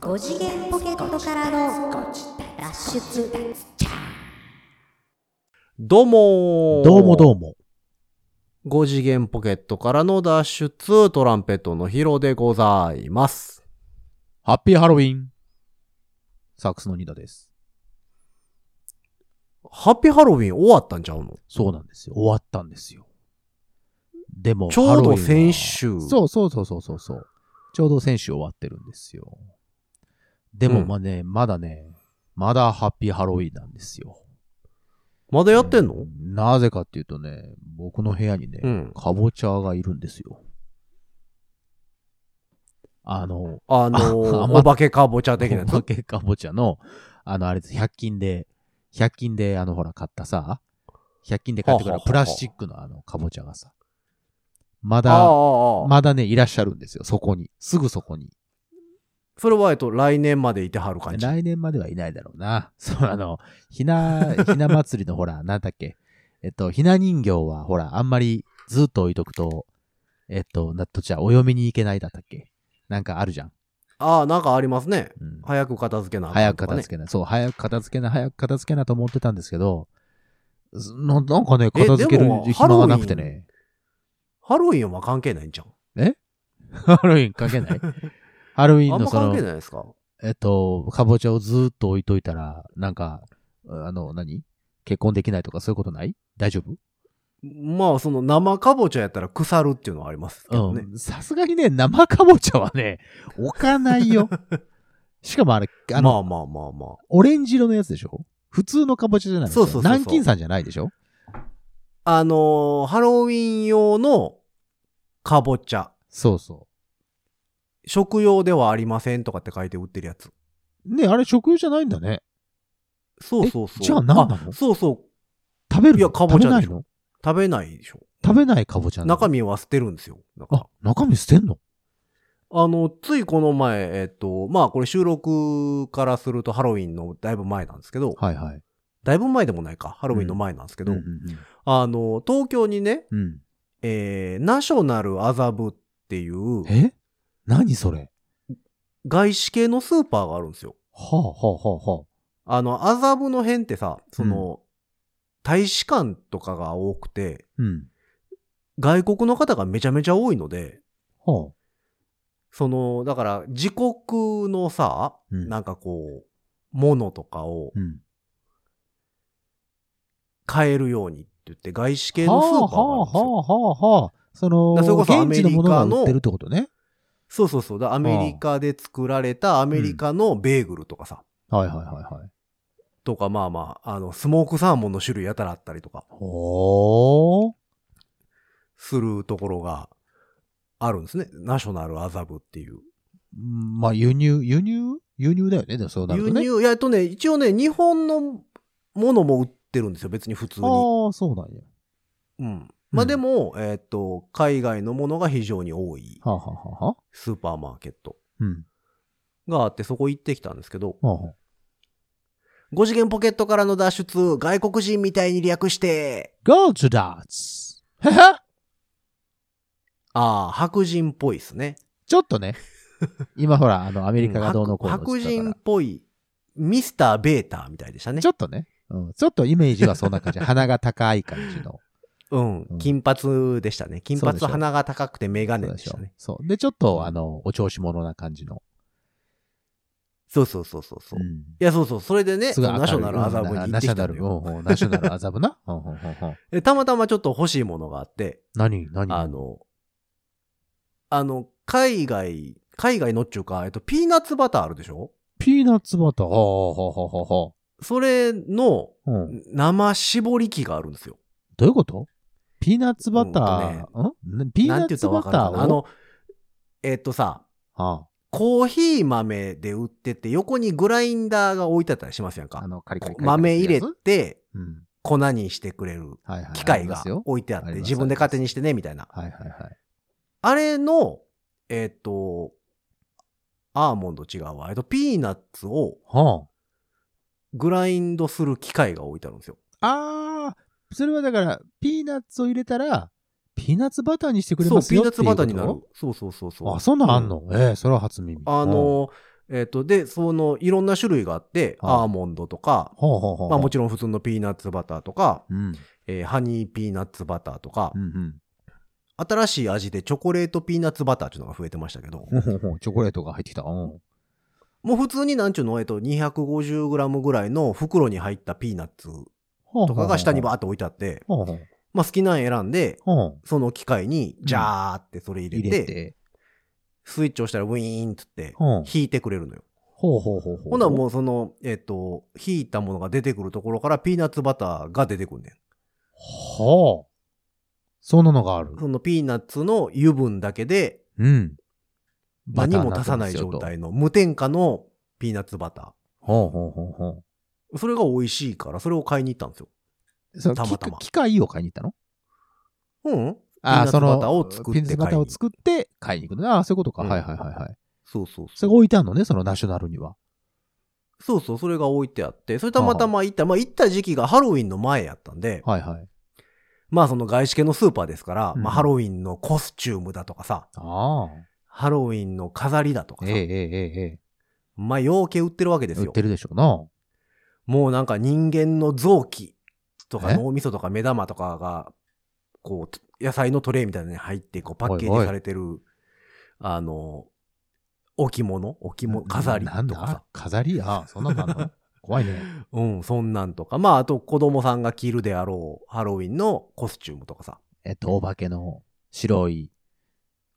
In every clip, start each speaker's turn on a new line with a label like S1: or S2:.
S1: 5次元ポケットからの脱出
S2: どうもー
S3: どうもどうも。
S2: 5次元ポケットからの脱出、トランペットのヒロでございます。
S3: ハッピーハロウィン。サックスのニダです。
S2: ハッピーハロウィン終わったんちゃうの
S3: そうなんですよ。終わったんですよ。でも、
S2: ちょ
S3: ハ
S2: う
S3: ロウィン
S2: ど
S3: は
S2: 先。週。
S3: そうそうそうそうそうそう。ちょうど先週終わってるんですよ。で
S2: う
S3: も
S2: ん
S3: まあね、まだね、まだハッピーハロウィンなんですよ。
S2: まだやってんの、
S3: うんなぜかっていうとね、僕の部屋にね、
S2: うん
S3: かぼちゃがいるんですよ。あの、
S2: あの
S3: ああ
S2: ー、
S3: ま
S2: お化けかぼちゃ的なや
S3: お化
S2: つ。
S3: けかぼちゃの、あの、あれです、100均で、100均で、あの、ほら、買ったさ、100均で買ってく
S2: は
S3: る
S2: はは
S3: プラスチックのあの、かぼちゃがさ、ま
S2: ああ、あ
S3: だ、
S2: あ、
S3: まだね、いらっしゃるんですよ、そこに。すぐそこに。
S2: それは、えっと、来年までいてはる感じ。
S3: 来年まではいないだろうな。 そう、あの、ひな、ひな祭りのほら、なんだっけ、えっと、ひな人形は、ほら、あんまりずっと置いとくと、えっと、なっとじゃあ、お嫁に行けないだったっけなんかあるじゃん。
S2: ああ、なんかありますね。
S3: うん、
S2: 早く片付けなあか
S3: 早
S2: ん
S3: く
S2: とか
S3: 片
S2: ね。
S3: 付けな、そう、早く片付けな、早く片付けなと思ってたんですけど、すななんかね、
S2: え
S3: 片付け
S2: で
S3: る
S2: も
S3: 暇がなくてね。
S2: ハロウィンは関係ないんじゃん。
S3: ハロウィン関係 ないハロウィ
S2: あ
S3: ン
S2: ん
S3: の
S2: ま
S3: そ
S2: 関係
S3: の、
S2: ないですか
S3: えっと、かぼちゃをずーっと置いといたら、なんか、あの、何結婚できないとかそういうことない大丈夫
S2: まあ、その生かぼちゃやったら腐るっていうのはありますけどね。
S3: うん。さすがにね、生かぼちゃはね、置かない よ。しかもあれ、あの、
S2: まあまあまあまあ。
S3: オレンジ色のやつでしょ普通のかぼちゃじゃないです
S2: そう
S3: よ
S2: そうそうそう
S3: 南京さんじゃないでしょ
S2: あのーハロウィン用のかぼちゃ。
S3: そうそう。
S2: 食用ではありませんとかって書いて売ってるやつ。
S3: ねあれ食用じゃないんだね。
S2: そうそうそう。
S3: えじゃあ何なの
S2: あそうそう。
S3: 食べる
S2: いやかぼちゃ
S3: 食べな
S2: で
S3: い
S2: しょ
S3: の
S2: 食べないでしょ。
S3: 食べないかぼちゃなの
S2: 中身は捨てるんですよ。だから
S3: あ、中身捨てんの
S2: あの、ついこの前、えっと、まあこれ収録からするとハロウィンのだいぶ前なんですけど、
S3: はいはい。
S2: だいぶ前でもないか、ハロウィンの前なんですけど、
S3: うんうん
S2: あの、東京にね、
S3: うん
S2: えー、ナショナル麻布っていう
S3: うん、え何それ
S2: 外資系のスーパーがあるんですよ。
S3: はあはあはあは
S2: あの、麻布の辺ってさ、その、大使館とかが多くて、
S3: あ。うん。
S2: 外国の方がめちゃめちゃ多いので、
S3: はあ。
S2: その、だから、自国のさ、
S3: うん
S2: なんかこう、ものとかを
S3: うん。
S2: 買えるようにって言って、外資系
S3: はあ
S2: のスー
S3: は
S2: パーがあるんですよ。
S3: あはあはあはあ。その、
S2: だからそれこそア
S3: 現
S2: メリ
S3: 地
S2: カの
S3: のものが売ってるってことね。
S2: そうそうそう。だからアメリカで作られたアメリカのベーグルとかさ、
S3: はいはいはいはい。
S2: とか、まあまあ、あの、スモークサーモンの種類やたらあったりとか、
S3: ほー。
S2: するところがあるんですね。ナショナル麻布っていう。
S3: うんまあ輸入、輸入輸入だよね。でもそうなる
S2: 輸
S3: とね。
S2: 入、いや、えっとね、一応ね、日本のものも売ってるんですよ、別に普通に。
S3: ああ、そうなんや。
S2: うん。まあでも、えーっと、海外のものが非常に多い
S3: はあはあはあはあ。
S2: スーパーマーケット
S3: うん。
S2: があって、そこ行ってきたんですけど、
S3: はあはあ
S2: 5次元ポケットからの脱出、外国人みたいに略して、
S3: Go to that! へへ
S2: ああ、白人っぽいですね。
S3: ちょっ とね。今ほら、あの、アメリカがどうのこうの
S2: 白白
S3: っつったから
S2: 人っぽい、ミスター・ベーターみたいでしたね
S3: ち。ょっとね。うん、ちょっとイメージはそん な感じ。鼻が高い感じの。
S2: うん
S3: う。ん
S2: 金髪でしたね。金
S3: そうで
S2: 髪、
S3: しょ
S2: 鼻が高くてメガネ
S3: そ
S2: で
S3: うで
S2: し
S3: しょ
S2: たね。。
S3: そう。で、ちょっと、あの、お調子者な感じの。
S2: そうそうそうそうそう。
S3: ん。
S2: いや、そうそう、それでね、
S3: す
S2: そ
S3: ごい
S2: の
S3: 明る
S2: ナ
S3: い
S2: ショナル麻布に行ってきたのよ。
S3: うんナショナル、うんうんナショナル麻布な。 うんうんうんうん
S2: でたまたまちょっと欲しいものがあって、
S3: 何何
S2: あ、の、あの、海外、海外のっちゅうか、えっと、ピーナッツバターあるでしょ
S3: ピーナッツバター。ほうほうほうほうほ
S2: それの
S3: う。うん。
S2: 生搾り機があるんですよ。
S3: どういうことピーナッツバタ
S2: うん
S3: ー。んピー
S2: な
S3: ナ
S2: んて言
S3: ッ
S2: った
S3: ツ
S2: らわ
S3: バ
S2: か
S3: タ
S2: るか
S3: ー
S2: な
S3: を
S2: あ、の、えっとさ、
S3: は
S2: コーヒー豆で売ってて、横にグラインダーが置いてあったりしますやん
S3: あ、あ
S2: か。
S3: の、カリカリ
S2: こ
S3: カリカリ
S2: 豆入れ
S3: するや
S2: て、
S3: つうん。
S2: 粉にしてくれる
S3: はいはい。
S2: 機械
S3: ありま
S2: が
S3: すよ
S2: 置いてあっ
S3: あり
S2: て、
S3: ます
S2: 自分で勝手にしてね、みたいな。
S3: はいはいはい。
S2: あれの、えっ、と、アーモンド違うわ。えっと、ピーナッツを
S3: は
S2: グラインドする機械が置いてあるんですよ。
S3: あ。ああ、それはだから、ピーナッツを入れたら、ピーナッツバターにしてくれ
S2: そう、
S3: ます
S2: ピ
S3: よ
S2: ー
S3: って
S2: ナッ
S3: いう
S2: ツバターになる。そうそうそうそう。
S3: あ、そんなんあん
S2: う
S3: の、ええそれは初耳。
S2: あの、えっ、と、で、その、いろんな種類があって、
S3: はい
S2: アーモンドとか、
S3: ほうほうほう。
S2: まあもちろん普通のピーナッツバターとか、
S3: ろん。うん。
S2: えーハニーピーナッツバターとか
S3: う、ん
S2: 新しい味でチョコレートピーナッツバターっていうのが増えてましたけど、
S3: うん。ほうほうほう。チョコレートが入ってきた。うん。
S2: もう普通になんちゅうの、えっと、250g ぐらいの袋に入ったピーナッツとかが下にバー
S3: ッ
S2: っと置いてあって、
S3: ほうほう。
S2: まあ好きなん選んで、
S3: ほう。
S2: その機械に、ジャーってそれ入
S3: 入
S2: れ
S3: れ
S2: て、
S3: て。
S2: スイッチ押したらウィーンっつって、
S3: ほう
S2: 引いてくれるのよ。
S3: ほうほうほうほう。
S2: ほなもうその、えっと、引いたものが出てくるところからピーナッツバターが出てくんねん。
S3: はあ。そんなのがある。
S2: そのピーナッツの油分だけで、
S3: うん。バタ
S2: 何
S3: ー
S2: も
S3: にな
S2: 足
S3: って
S2: さ
S3: ま
S2: ない
S3: すよ
S2: 状
S3: と。
S2: 態の無添加のピーナッツバタ
S3: ほうほうほうほ
S2: ー。それが美味しいから、それを買いに行ったんですよ。
S3: う。その
S2: たまたま
S3: 機機械を買いに行ったの
S2: うん
S3: ああ、
S2: ピーナ
S3: そ
S2: ッツバ
S3: の
S2: ターを作って
S3: ピーナッツバターを作って買いに行くのね。ああ、そういうことか。
S2: うん
S3: はいはいはいはい。
S2: そうそう
S3: そ
S2: そう。
S3: れが置いてあるのね、そのナショナルには。
S2: そうそう、それが置いてあって、それたまたま行った、まあ行った時期がハロウィンの前やったんで、
S3: はいはい。
S2: まあその外資系のスーパーですから、
S3: うん
S2: まあハロウィンのコスチュームだとかさ、
S3: ああ。
S2: ハロウィンの飾りだとか
S3: え
S2: さ
S3: え、えええ
S2: まあ洋系売ってるわけで
S3: え。
S2: す
S3: 売っ
S2: よ
S3: て。るでしょうな。
S2: もうなんか人間の臓器とか
S3: え
S2: 脳みそとか目玉とかが、こう、野菜のトレイみたいなのに入って、こうパッケー
S3: おいお
S2: ジ
S3: い
S2: されてる、あの、置物置物、飾り
S3: なん
S2: とかさ
S3: だ。飾りああ、そんなのあん の怖いね。
S2: うん、そんなんとか。まあ、あと子供さんが着るであろう、ハロウィンのコスチュームとかさ。
S3: えっと、お化けの白い、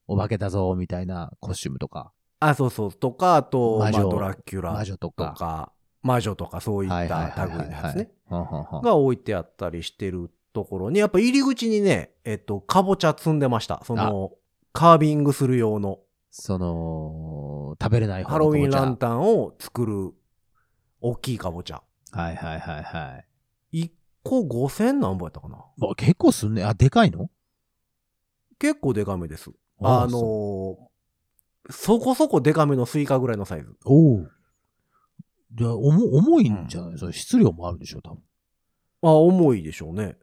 S3: お化けだぞ、みたいなコスチュームとか、
S2: あ、そうそう。とか、あと、まあ、
S3: 魔女
S2: ドラキュラ
S3: 魔
S2: と
S3: 女とか。
S2: か、魔女とかそういっ
S3: はいはいは
S2: た
S3: い
S2: 類
S3: はい
S2: のやつね。
S3: はんはんはん
S2: が置いてあったりしてるところに、やっぱ入り口にね、えっと、かぼちゃ積んでました。その、カービングする用の、
S3: その、食べれない方
S2: ハ
S3: の
S2: ロウィン
S3: かぼちゃ
S2: ランタンを作る、大きいかぼちゃ。
S3: はいはいはいはい。
S2: 1個5000何本やったかな
S3: まあ、結構すんね。あ、でかいの
S2: 結構デカめです。あ、の
S3: そう
S2: ーそこそこデカめのスイカぐらいのサイズ。
S3: おう。じゃあ、重重いんじゃない、それ質量もあるでしょ、多分。
S2: あ、重いでしょうね。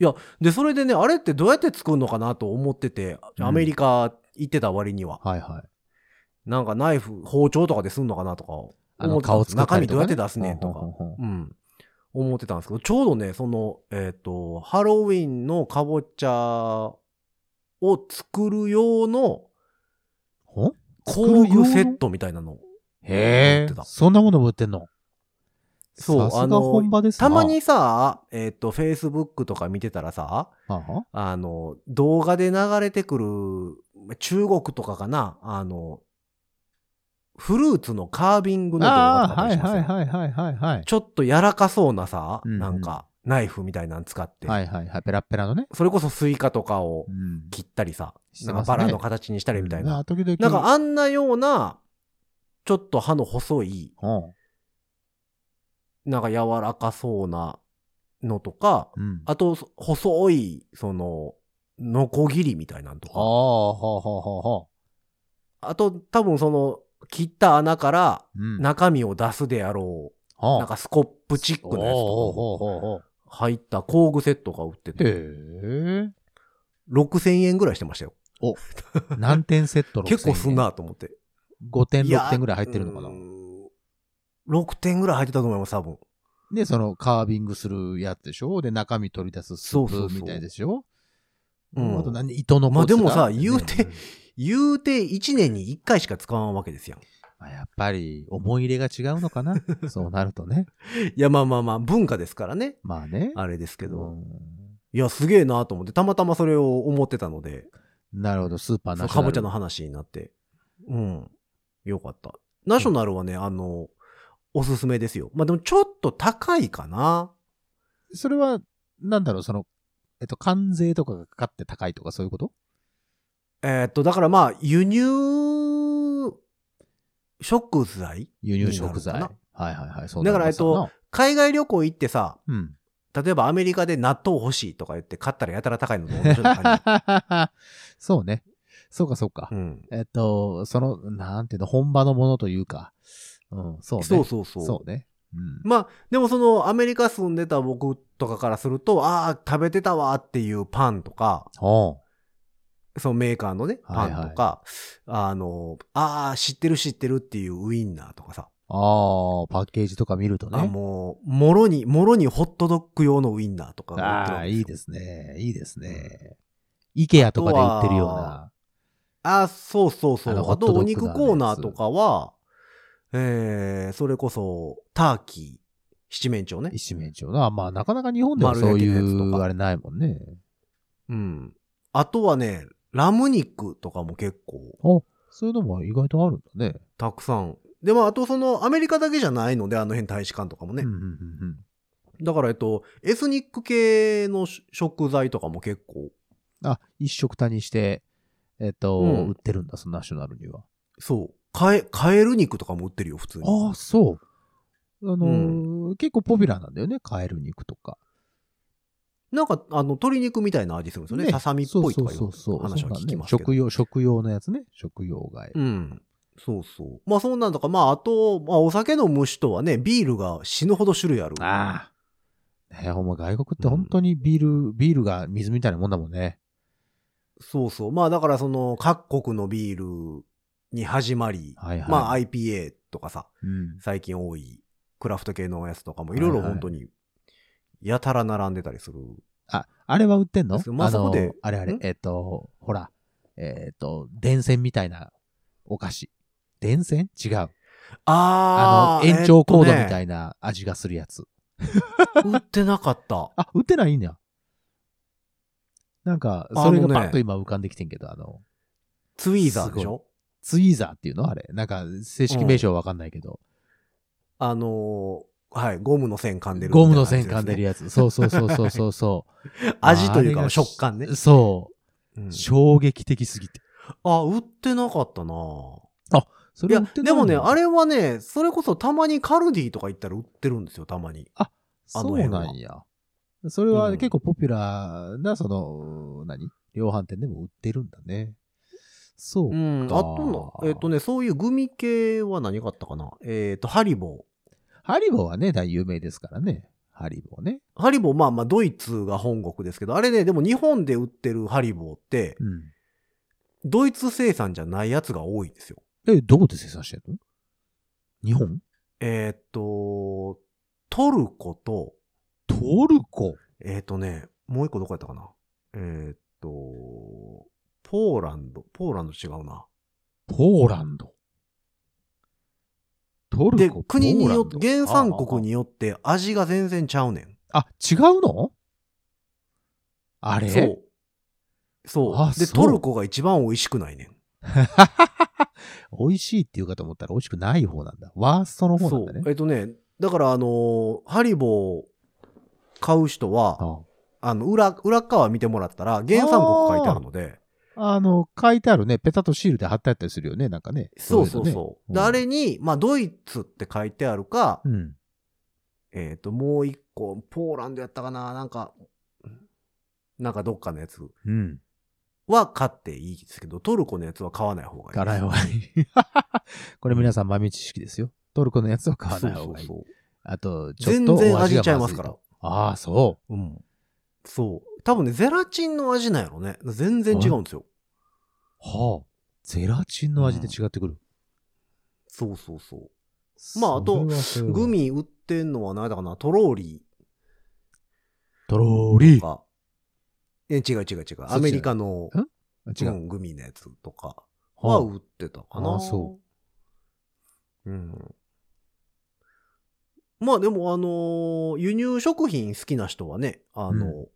S2: いや、で、それでね、あれってどうやって作るのかなと思ってて、
S3: うん
S2: アメリカ行ってた割には、
S3: はいはい。
S2: なんかナイフ、包丁とかですんのかなとか思
S3: あ
S2: っ
S3: の、
S2: てたん
S3: 顔
S2: です
S3: 作った
S2: 中
S3: り
S2: 身
S3: と
S2: どう
S3: か、
S2: や
S3: ね。
S2: って出すねんとか
S3: ほん、ほんほんほん
S2: うん、思ってたんですけど、ちょうどね、その、えっ、と、ハロウィンのかぼちゃを作る用の
S3: ほん
S2: 工具セットみたいなの。売
S3: へ
S2: って
S3: え
S2: た。
S3: そんなものも売ってんの
S2: そう
S3: さす
S2: あ
S3: が
S2: の
S3: 本場ですな
S2: たまに。さ、えっ、と、Facebook とか見てたらさ、
S3: はんはん
S2: あの、動画で流れてくる、中国とかかな、あの、フルーツのカービングの動画
S3: あ
S2: と
S3: あ、
S2: か
S3: はいは
S2: い。
S3: いはいはいはいはい。
S2: ちょっとやらかそうなさ、
S3: うんうん
S2: なんか、ナイフみたいなの使って、
S3: はいはいはい。ペラッペラのね。
S2: それこそスイカとかを
S3: うん。
S2: 切ったりさ、
S3: して
S2: なん
S3: ま
S2: か
S3: すね
S2: バラの形にしたりみたいな。
S3: あ、時々。
S2: なんかあんなような、ちょっと歯の細い、
S3: ほ
S2: なんか柔らかそうなのとか、
S3: ううん。
S2: あと、そ細い、その、ノコギリみたいなんとか。
S3: ほうほうほうほうほ
S2: あと、多分その、切った穴から
S3: う。うん。
S2: 中身を出すであろう、
S3: ほう
S2: なんかスコップチックのやつ
S3: ほう
S2: と
S3: ほうほうほう。
S2: か入った工具セットが売ってて、
S3: へ
S2: 6000円ぐらいしてましたよ。
S3: え。何点セット
S2: 結構すん。なと思って。
S3: 5点、
S2: いや
S3: 6点ぐらい入ってるのかな
S2: うー。ん ?6 点ぐらい入ってたと思います、多分。
S3: で、そのカービングするやつでしょで、中身取り出すス
S2: そうそ
S3: ー
S2: う
S3: プ
S2: そう
S3: みたいでしょ
S2: うん
S3: あと何糸の
S2: まあでもさ
S3: コツが
S2: 言うて言うて1年に1回しか使わんわけですやん。
S3: まあやっぱり思い入れが違う のかなそうなるとね。
S2: いや、まあまあまあ、文化ですからね。
S3: まあね。
S2: あれですけど。
S3: うん
S2: いや、すげえなと思って、たまたまそれを思ってたので、
S3: なるほど、スーパー
S2: そ
S3: な
S2: うかぼちゃの話になって。うん。よかった。ナショナルはね、あの、おすすめですよ。まあでもちょっと高いかな。
S3: それは、なんだろう、その、えっと、関税とかがかかって高いとかそういうこと
S2: えーっと、だからまあ、輸入食材
S3: 輸入食材。
S2: にな
S3: は
S2: る
S3: いはいはい。そう
S2: だから
S3: なりますよな、
S2: 海外旅行行ってさ、
S3: うん。
S2: 例えばアメリカで納豆欲しいとか言って買ったらやたら高いのと同じような感
S3: そうね。そうかそうか。
S2: じ。 うん。
S3: えっと、その、なんていうの、本場のものというか。うん、そうね。
S2: そうそうそう。
S3: そうね。うん。
S2: まあ、でもそのアメリカ住んでた僕とかからすると、ああ、食べてたわっていうパンとか、
S3: おう
S2: そのメーカーのね、パンとか、あの、ああ、知ってる知ってるっていうウインナーとかさ、
S3: ああ、パッケージとか見るとね。
S2: あもう、もろに、もろにホットドッグ用のウインナーとかが売ってる
S3: あ
S2: わ
S3: あ、
S2: けです
S3: い
S2: よ
S3: いですね。いいですね。イケアとかで売ってるよう
S2: あと
S3: な。
S2: あ、そうそうそう。
S3: あの
S2: あ
S3: ホット
S2: と、
S3: ドッグ
S2: お肉コーナーとかは、えー、それこそ、ターキー、七面鳥ね。
S3: 一面鳥な。まあ、なかなか日本ではそう
S2: 丸
S3: い
S2: 焼きのやつ
S3: う、
S2: とか
S3: あれないもんね。
S2: うん。あとはね、ラム肉とかも結構、
S3: そういうのも意外とあるんだね。
S2: たくさん。で、まあ、あとその、アメリカだけじゃないので、あの辺大使館とかもね。
S3: うんうんうんうん
S2: だから、えっと、エスニック系のし食材とかも結構、
S3: あ、一色単にして、えっと、
S2: うん
S3: 売ってるんだ、そのナショナルには。
S2: そう、カエ、カエル肉とかも売ってるよ、普通に。
S3: ああ、そう。あのー結構ポピュラーなんだよね、カエル肉とか。
S2: なんか、あの、鶏肉みたいな味するんですよね。ささみっぽいとかい
S3: そうそうそうそう
S2: 話は聞きますけど
S3: そうなんだよ食用、食用のやつね。食用ガエル。
S2: うん。そうそう。まあそんなんとか、まああと、まあお酒の虫とはね、ビールが死ぬほど種類ある。
S3: ああ。ねほんま外国って本当にビール、ビールが水みたいなもんだもんね。
S2: そうそう。まあだからその各国のビールに始まり、
S3: はいはい。
S2: まあ IPA とかさ、
S3: うん。
S2: 最近多いクラフト系のやつとかもいろいろ本当にやたら並んでたりする。
S3: あ、あれは売ってんの
S2: ですまあ
S3: あ
S2: そこ
S3: の
S2: で、
S3: あれあれ
S2: ん、
S3: えっと、ほら、えっと、電線みたいなお菓子。電線違う。あ
S2: ああ
S3: の、延長コードみ
S2: い
S3: たいな味がするやつ。
S2: 売ってなかった。
S3: あ、売ってないんや。なんか、それ
S2: あの
S3: が
S2: ね
S3: パッと今浮かんできてんけど、あの、
S2: ツイーザーでしょ
S3: ツイーザーっていうのあれ。なんか、正式名称はわかんないけど、
S2: あのーはい、ゴムの線噛んでるみたい
S3: ゴ
S2: な
S3: ムの
S2: やつすね、
S3: 線噛んでるやつ。そうそうそうそうそうそう。
S2: 味という
S3: あれ
S2: か
S3: が
S2: 食感ね。
S3: そ
S2: うん
S3: う。衝撃的すぎて。
S2: あ、売ってなかったな
S3: そ
S2: い
S3: れ
S2: や
S3: 売って、な
S2: で
S3: い
S2: も
S3: んだ
S2: ね、あれはね、それこそたまにカルディとか行ったら売ってるんですよ、たまに。あの
S3: そう
S2: 辺は
S3: なんや。それは
S2: うん
S3: 結構ポピュラーな、その、何量販店でも売ってるんだね。そう
S2: う
S3: か。
S2: ん。あとの、えっ、とね、そういうグミ系は何があったかなえっ、と、ハリボ
S3: ハリボーはね、大有名ですからね。ハリボーね。
S2: ー。ハリボー、まあまあ、ドイツが本国ですけど、あれね、でも日本で売ってるハリボーって、
S3: うん。
S2: ドイツ生産じゃないやつが多いんですよ。
S3: え、どこで生産してんの日本
S2: えっ、と、トルコと、
S3: トルコ。
S2: えっ、とね、もう一個どこやったかなえっ、と、ポーランド、ポーランド違うな。
S3: ポーランド。ト
S2: で
S3: ルコ。、
S2: 国によっ
S3: ポ
S2: て、
S3: ーラ
S2: 原
S3: ンド
S2: 産国。によって味が全然ちゃうねん。
S3: あ、ああ違うのあれ
S2: そう。そ
S3: あ
S2: う。で、
S3: そう
S2: トルコが一番美味しくないねん。
S3: 美味しいっていうかと思ったら美味しくない方なんだ。ワーストの方
S2: そ
S3: な
S2: うん
S3: だ。ね。
S2: えっとね、だからあのーハリボー買う人は、
S3: あ
S2: あの、裏、裏側見てもらったら、原産国書いてあるので、
S3: あの、書いてあるね、ペタッとシールで貼ってあったりするよね、なんかね。
S2: そうそう
S3: いのね
S2: そう。で、
S3: うん
S2: あれに、まあ、ドイツって書いてあるか、
S3: うん。
S2: えっと、もう一個、ポーランドやったかななんか、なんかどっかのやつ
S3: うん。
S2: は買っていいですけど、トルコのやつは買わない方がいいです。
S3: 辛い方がいい。 これ皆さん豆知識ですよ。トルコのやつは買わない方がいい
S2: そう。そう
S3: あと、ちょっ
S2: 全
S3: とお味
S2: 然
S3: が
S2: 味ちゃいま
S3: ず
S2: すから。
S3: と。ああ、そう。
S2: うん。そう。多分ね、ゼラチンの味なんやろね。全然違うんですよ。
S3: はあ。ゼラチンの味で違ってくる。
S2: そうそうそう。まああと
S3: それはそれは
S2: グ。ミ売ってんのは何だかなトローリ
S3: とろー
S2: ー
S3: り
S2: と。か。え、違う違う違う。アメリカの、
S3: 違
S2: う
S3: う。
S2: んグミのやつとかは
S3: は
S2: 売ってたかな。。
S3: あそう
S2: うん。まあでもあのー輸入食品好きな人はね、あのー
S3: う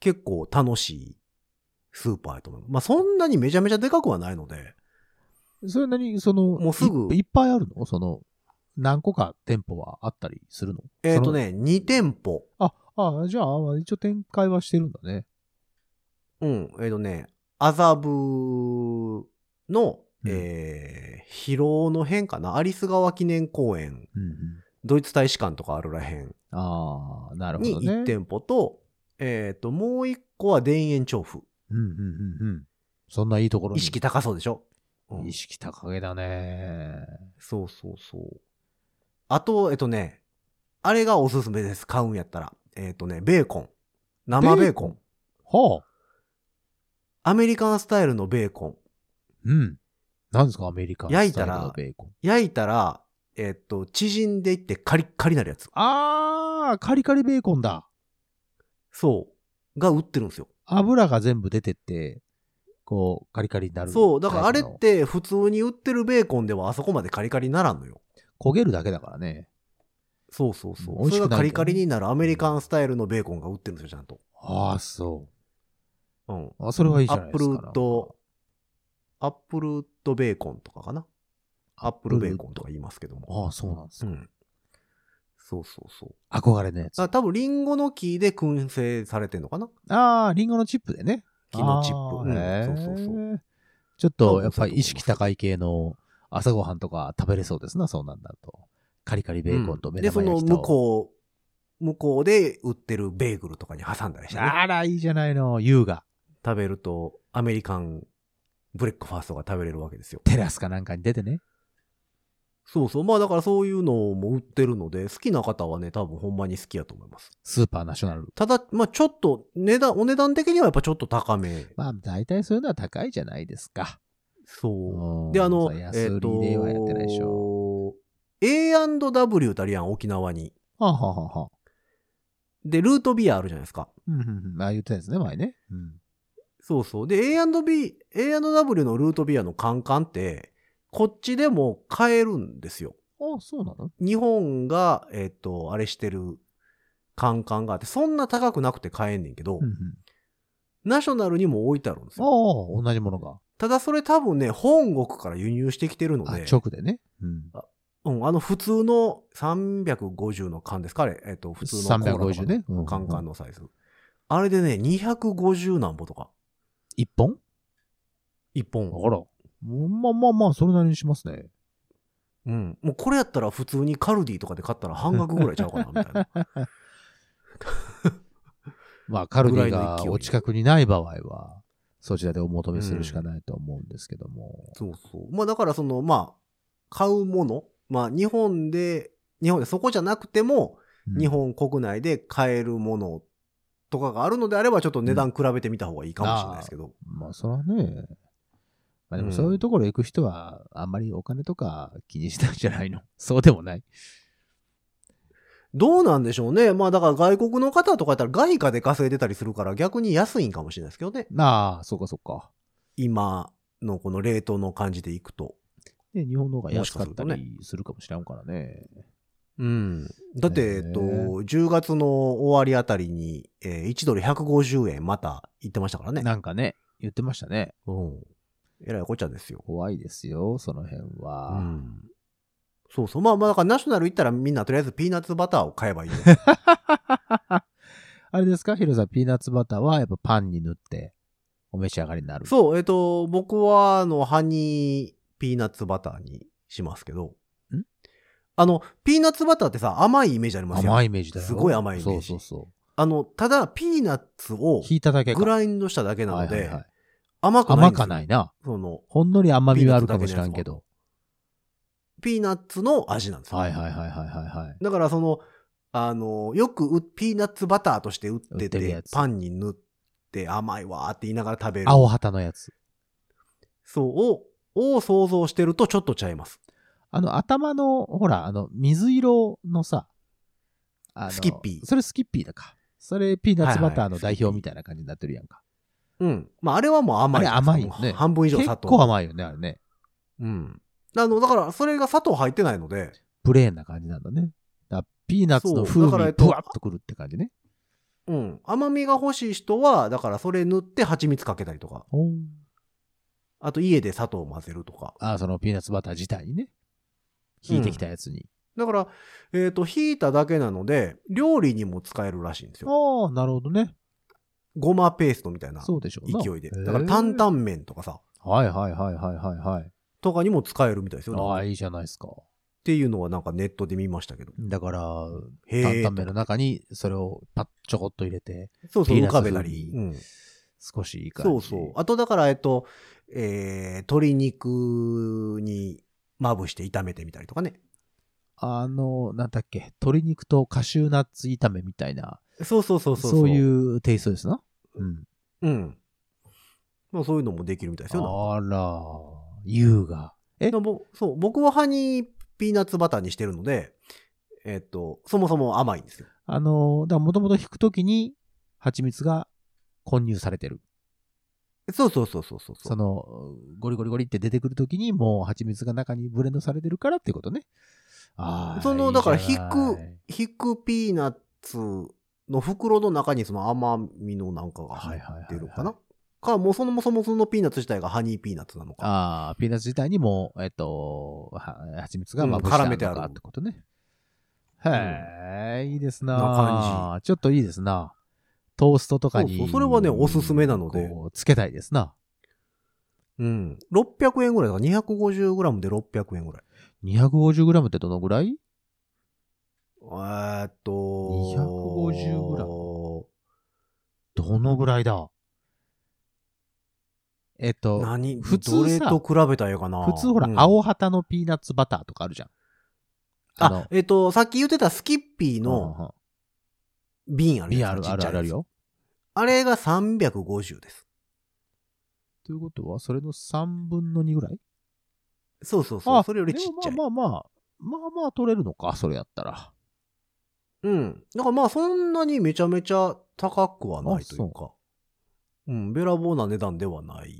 S2: 結構楽しいスーパーやと思う。まあそんなにめちゃめちゃでかくはないので。
S3: あ、それなに、その、
S2: もうすぐ
S3: いいっぱいあるのその、何個か店舗はあったりするの
S2: えっ、と。ね、2店舗。
S3: そのあ、あ、じゃあ、一応展開はしてるんだね。
S2: うん。えっ、とね、麻布の、
S3: うん
S2: えー、広尾の辺かな。アリス川記念公園、
S3: うんうん。
S2: ドイツ大使館とかあるらへん
S3: ああ、なるほ
S2: に
S3: どね。
S2: 1店舗と、えっ、と、もう1個は田園調布。
S3: うんうんうんうん。そんないいところに。
S2: 意識高そうでしょ、うん
S3: 意識高げだね。
S2: そうそうそう。あと、えっ、とね、あれがおすすめです。買うんやったら。えっ、とね、ベーコン。生ベーコン。
S3: はあ。
S2: アメリカンスタイルのベーコン。
S3: うん。なんですか、アメリカンスタ
S2: 焼
S3: イル
S2: いたら
S3: のベーコン。
S2: 焼いたら、えっと、縮んでいってカリッカリになるやつ。
S3: あー、カリカリベーコンだ。
S2: そう。が売ってるんですよ。
S3: 油が全部出てって、こう、カリカリになる。
S2: そう。だからあれっ。て普通に売ってるベーコンではあそこまでカリカリにならんのよ。
S3: 焦げるだけだからね。
S2: そうそうそ
S3: 美
S2: う。
S3: 味し
S2: そ
S3: く
S2: れ
S3: ない
S2: がカリカリになるアメリカンスタイルのベーコンが売ってるんですよ、ちゃんと。
S3: あー、そ
S2: うん。
S3: う。あ、それはいいじ
S2: ア
S3: ゃない
S2: ッ
S3: で
S2: プ
S3: す
S2: ル
S3: か。
S2: ウッド、アップルウッドベーコンとかかな。アップルベーコンとか言いますけども。
S3: ああ、そうなんです
S2: う
S3: か。
S2: ん。そうそうそう。
S3: 憧れのやつ。
S2: だ
S3: あ
S2: から多分リンゴの木で燻製されてんのかな
S3: あ、リンゴのチップでね。
S2: 木のチップ。
S3: あー
S2: うん、そうそうそう。
S3: へーちょっと、やっぱり意識高い系の朝ごはんとか食べれそうですな、そうなんだと。カリカリベーコンと目
S2: で、そ
S3: 玉
S2: の
S3: 焼きと。
S2: 向こう、向こうで売ってるベーグルとかに挟んだりして、ね、
S3: あら、いいじゃないの。優雅。
S2: 食べるとアメリカンブレックファーストが食べれるわけですよ。
S3: テラスかなんかに出てね。
S2: そうそう。まあだからそういうのも売ってるので、好きな方はね、多分ほんまに好きやと思います。
S3: スーパーナショナル。
S2: ただ、まあちょっと値段、お値段的にはやっぱちょっと高め。
S3: まあ、大体そういうのは高いじゃないですか。
S2: そうう。
S3: ん
S2: で、あの、
S3: そりゃ
S2: えっ、
S3: 安売りではやってないでしょ。
S2: と、A&W ってあるやん、沖縄に。
S3: はあ、はあはあはあ、
S2: で、ルートビアあるじゃないですか。
S3: うんうんうん。まあ、言ってたんですね、前ね。うん。
S2: そうそう。で、A&B、A&W のルートビアのカンカンって、こっちでも買えるんですよ。
S3: あそうなの
S2: 日本が、えっ、と、あれしてるカンカンがあって、そんな高くなくて買えんねんけど、
S3: うんうん。
S2: ナショナルにも置いてあるんですよ。
S3: ああ、同じものが。
S2: ただそれ多分ね、本国から輸入してきてるの
S3: あ、
S2: で、
S3: 直でね。うん。
S2: うん、あの普通の350の缶ですかあれ、えっ、と、普通のコーラとかの
S3: 350ねうんうんうん
S2: 缶缶のサイズ。あれでね、250なんぼとか、
S3: 一本
S2: 1本。
S3: あら。まあまあまあ、それなりにしますね。
S2: うん。もうこれやったら普通にカルディとかで買ったら半額ぐらいちゃうかな、みたい な。
S3: まあ、カルディ
S2: ぐらいの
S3: が
S2: 勢い
S3: お近くにない場合は、そちらでお求めするしかないと思うんですけども。
S2: そうそう。まあだからその、まあ、買うもの、まあ日本で、日本でそこじゃなくても、
S3: うん
S2: 日本国内で買えるものとかがあるのであれば、ちょっと値段比べてみた方がいいかもしれないですけど。
S3: まあ、それはね。まあ、で
S2: うん
S3: もそういうところ行く人は、あんまりお金とか気にしないんじゃないの そうでもない。
S2: どうなんでしょうね。まあだから外国の方とかやったら外貨で稼いでたりするから逆に安いんかもしれないですけどね。
S3: ああ、そうかそうか。
S2: 今のこの冷凍の感じでいくと。
S3: で、日本の方が安かった
S2: もしかす
S3: りするかもしれんからね。
S2: うん。だって、え
S3: ね
S2: っと、10月の終わりあたりに、えー1ドル150円また言ってましたからね。
S3: なんかね、言ってましたね。
S2: うん。えらいこっちゃですよ。
S3: 怖いですよ、その辺
S2: う
S3: は。
S2: ん。そうそう。まあまあ、だからナショナル行ったらみんなとりあえずピーナッツバターを買え ばいいよ。
S3: あれですか、ヒロさん、ピーナッツバターはやっぱパンに塗ってお召し上がりになる。
S2: そう、えっと、僕は、あの、ハニーピーナッツバターにしますけど。
S3: ん
S2: あの、ピーナッツバターってさ、甘いイメージありますよ。
S3: 甘
S2: い。
S3: いイメージだよ。
S2: すごい甘いイメージ
S3: そうそうそ
S2: あの、ただ、ピーナッツを
S3: う。引いただけか。
S2: グラインドしただけなの
S3: はい
S2: で
S3: はいはい、
S2: 甘くないんですよ。
S3: 甘かないな。
S2: その、
S3: ほんのり甘みはあるかもしらんけど。
S2: ピーナッツの味なんですよ。
S3: はいはいはいはいはいはい。
S2: だから、その、あの、よくうピーナッツバターとして売って
S3: 売ってる
S2: て
S3: や、つ
S2: パンに塗って甘いわーって言いながら食べる。
S3: 青旗のやつ。
S2: そう、を、を想像してるとちょっとちゃいます。
S3: あの、頭の、ほら、あの、水色のさ、あの
S2: スキッピー
S3: それスキッピーだか。それ、ピーナッツバター
S2: はい
S3: の
S2: は
S3: 代
S2: い
S3: 表みたいな感じになってるやんか。
S2: うん。まあ、あれはもう甘いじゃな
S3: あれ
S2: ですか。
S3: 甘いよね
S2: もう半分以上
S3: 結
S2: 砂糖。
S3: 構甘いよね、あれね。
S2: うん。あの、だから、それが砂糖入ってないので、
S3: プレーンな感じなんだね。だからピーナッツの風
S2: そうだからえ
S3: 味、
S2: っと
S3: ぷわっとくるって感じね。
S2: うん。甘みが欲しい人は、だからそれ塗って蜂蜜かけたりとか、
S3: ほん
S2: あと家で砂糖を混ぜるとか。
S3: あ、そのピーナッツバター自体にね。引いてきたやつに。
S2: だから、えっ、と、ひいただけなので、料理にも使えるらしいんですよ。
S3: ああ、なるほどね。
S2: ごまペーストみたいな
S3: そうでしょうな。
S2: 勢いで。だから、担
S3: へ
S2: 々麺とかさ、
S3: えはいはいはいはいはいはい。
S2: とかにも使えるみたいですよ。なん
S3: あ
S2: か
S3: あ、
S2: っ
S3: いいじゃないですか。
S2: ていうのはなんかネットで見ましたけど。
S3: だから、
S2: へ
S3: 担
S2: え
S3: 々。麺の中にそれをパッちょこっと入れて、
S2: そうそう、
S3: ピー
S2: 浮
S3: ナッツ
S2: かべたり。
S3: 風
S2: う
S3: 味
S2: ん。
S3: 少しいい感じ。
S2: そうそう。あとだから、えっと、えー、鶏肉にまぶして炒めてみたりとかね。
S3: あの、なんだっけ、鶏肉とカシューナッツ炒めみたいな、
S2: そうそうそう
S3: そう
S2: そう。。
S3: いううテイストですな。うん。
S2: うん。まあそういうのもできるみたいですよ。
S3: あら、優雅。え
S2: でもそう、僕はハニーピーナッツバターにしてるので、えっと、そもそも甘いんですよ。
S3: あのー、だもともと引くときに、蜂蜜が混入されてる。
S2: そうそうそうそうそう。
S3: その、ゴリゴリゴリって出てくるときに、もう蜂蜜が中にブレンドされてるからってことね。ああ。
S2: その、だから、引
S3: い
S2: く
S3: いじゃない、
S2: 引くピーナッツの袋の中にその甘みのなんかが
S3: は
S2: 入
S3: い
S2: っ
S3: はいはい
S2: てるかなか、もうそもそもそのピーナッツ自体がハニーピーナッツなのか。
S3: ああ、ピーナッツ自体にも、えっと、は蜂蜜がまぶし
S2: うん絡めて
S3: てあ
S2: あ
S3: る
S2: る
S3: のかってことね。へえ、いいですな
S2: な
S3: あちょっといいですなトーストとかに。
S2: そうそうそれはねおすすめなので
S3: こうつけたいですな。
S2: うん。600円ぐらいだから、250グラムで600円ぐらい。
S3: 250g ってどのぐらい
S2: えーっと、
S3: 250グラどのぐらいだえっと、
S2: 何
S3: 普
S2: ど
S3: 通
S2: れ
S3: さ
S2: と比べたらいいかな
S3: 普通ほら、
S2: うん
S3: 青旗のピーナッツバターとかあるじゃん。
S2: あ、えっと、さっき言ってたスキッピー
S3: の
S2: の、瓶ある
S3: ビ
S2: やつ
S3: アあるあるあるある。よ。
S2: あれが350です。
S3: ということは、それの3分の2ぐらい
S2: そうそうそう。それより
S3: で
S2: ちっ
S3: も
S2: ちゃい。
S3: まあまあまあ、まあまあ取れるのか、それやったら。
S2: うん。だからまあそんなにめちゃめちゃ高くはないという
S3: あ
S2: か。うん、べらぼうな値段ではない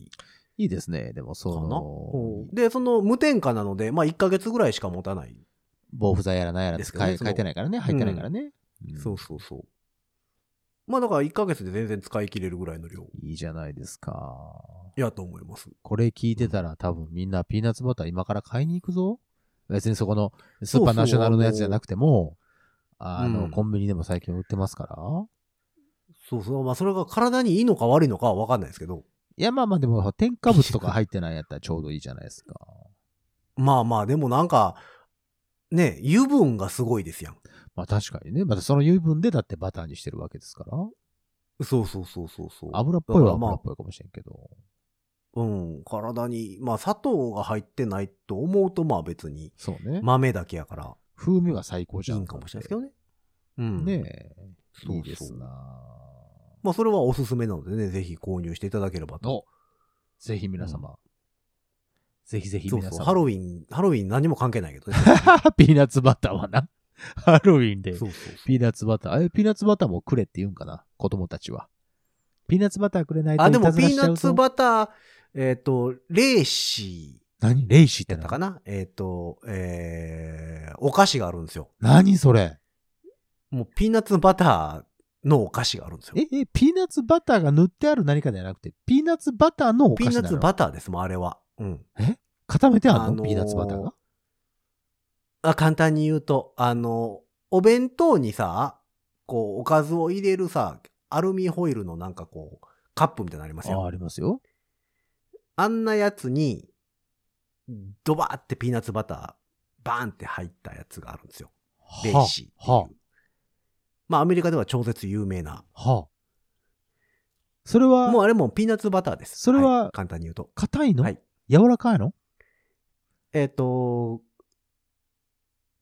S3: いいですね。で
S2: か
S3: も、
S2: な。
S3: その
S2: うん、で、その無添加なので、まあ1ヶ月ぐらいしか持たない。
S3: 防腐剤やらなんやら
S2: です
S3: 使
S2: けどねそ
S3: い、書
S2: の
S3: いてないからね、入ってないからね。ん
S2: そうそうそう。まあだから1ヶ月で全然使い切れるぐらいの量
S3: いいじゃないですか。
S2: やと思います。
S3: これ聞いてたら多分みんなピーナッツバター今から買いに行くぞ。別にそこのスーパーナショナルのやつじゃなくても、あの、
S2: うん
S3: コンビニでも最近売ってますから。
S2: そうそう。まあそれが体にいいのか悪いのかはわかんないですけど。
S3: いや、まあまあでも、添加物とか入ってないやったらちょうどいいじゃないですか。
S2: まあまあでもなんか、ね、油分がすごいですやん。
S3: まあ確かにね。またその油分でだってバターにしてるわけですから。
S2: そうそうそうそうそう。
S3: 油っぽい
S2: だ
S3: は
S2: からまあ
S3: 油っぽいかもしれんけど。
S2: うん、体に、まあ砂糖が入ってないと思うとまあ別に
S3: そうね。
S2: 豆だけやから
S3: 風味は最高
S2: い
S3: じゃ
S2: い
S3: ん。
S2: んかもしれないですけどね。うん。
S3: ねえ。
S2: そうそう
S3: いいですな
S2: まあそれはおすすめなのでね、ぜひ購入していただければと。
S3: おぜひ皆様。ぜひぜひ
S2: そ
S3: 皆
S2: う
S3: 様。
S2: そう。ハロウィン、ハロウィン何も関係ないけどね。
S3: ピーナッツバター はな。ハロウィンで。
S2: そうそうそう。
S3: ピーナッツバター。え、ピーナッツバターもくれって言うんかな子供たちは。ピーナッツバターくれないと
S2: あ、
S3: い
S2: で
S3: た
S2: も
S3: ず
S2: ピ
S3: ら
S2: ー
S3: しちゃ
S2: ナ
S3: う
S2: ッ
S3: ぞ。
S2: ツバター、えっ、と、レーシ
S3: 何レイシ
S2: ー
S3: ーって
S2: やっ
S3: な
S2: たかなえっ、と、えー、お菓子があるんですよ。
S3: 何それ
S2: もうピーナッツバターのお菓子があるんですよ。
S3: え、え、ピーナッツバターが塗ってある何かではなくて、ピーナッツバターのお
S2: ピ
S3: 菓
S2: ー
S3: 子
S2: ナ
S3: な
S2: ッ
S3: の
S2: ツバターですもん、あれは。うん。
S3: 固めてあるの、
S2: あのー
S3: ピーナッツバターが。
S2: あ簡単に言うと、あの、お弁当にさ、こう、おかずを入れるさ、アルミホイルのなんかこう、カップみたいなのあります
S3: あ
S2: よ。
S3: ありますよ。
S2: あんなやつに、ドバーってピーナッツバター、バーンって入ったやつがあるんですよ。レーシーっていう
S3: は
S2: まあ、アメリカでは超絶有名な。
S3: あ、はあ。それは、
S2: もうあれもピーナッツバターです。
S3: それはい
S2: 簡単に言うと。
S3: 硬いの、
S2: はい
S3: 柔らかいの
S2: えっ、と、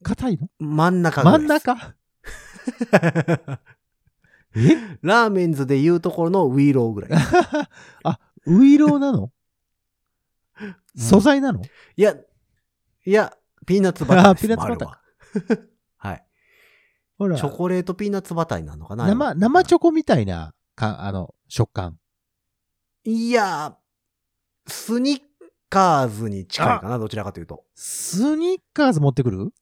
S3: 硬いの
S2: 真ん中ぐら
S3: 真
S2: い
S3: ん
S2: です。
S3: 中え
S2: ラーメンズで言うところのウィーローぐらい。
S3: あ、ウイローなの素材なの、
S2: いや、いや、ピーナッツバターです。
S3: あーピーナッツバター
S2: もうあれは はい。
S3: ほら
S2: チョコレートピーナッツバターになるのかな
S3: 生、生チ
S2: ョ
S3: ョコみたいな、か、あの、食感。
S2: いやー、スニッカーズに近いかな、どちらかというと。
S3: スニッカーズ持ってくる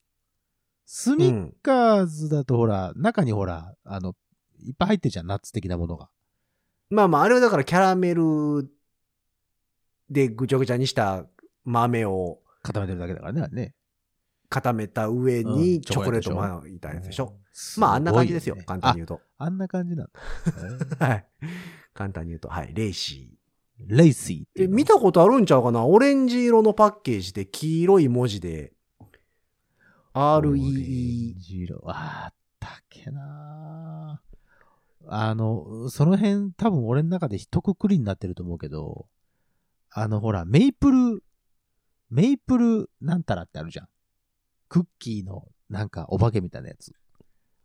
S3: ス
S2: う
S3: ニッ
S2: ん。
S3: カーズだとほら、中にほら、あの、いっぱい入ってるじゃん、ナッツ的なものが。
S2: まあまあ、あれはだからキャラメルでぐちゃぐちゃにした豆を
S3: 固めてるだけだからね、あれね。
S2: 固めた上
S3: うん
S2: にチョコレート
S3: チョコレー
S2: を巻いたやつでしょ。
S3: すごいね。
S2: まあ、あんな感じですよ。簡単に言うと。
S3: あ、あんな感じなんだ。
S2: はい。簡単に言うと。はい。レイシー。
S3: レイシーってい
S2: え、
S3: うの。
S2: 見たことあるんちゃうかなオレンジ色のパッケージで黄色い文字で、REE
S3: オレン。ジ色。あーあったっけなあの、その辺多分俺の中で一括りになってると思うけど、あのほら、メイプル、メイプルなんたらってあるじゃん。クッキーのなんかお化けみたいなやつ。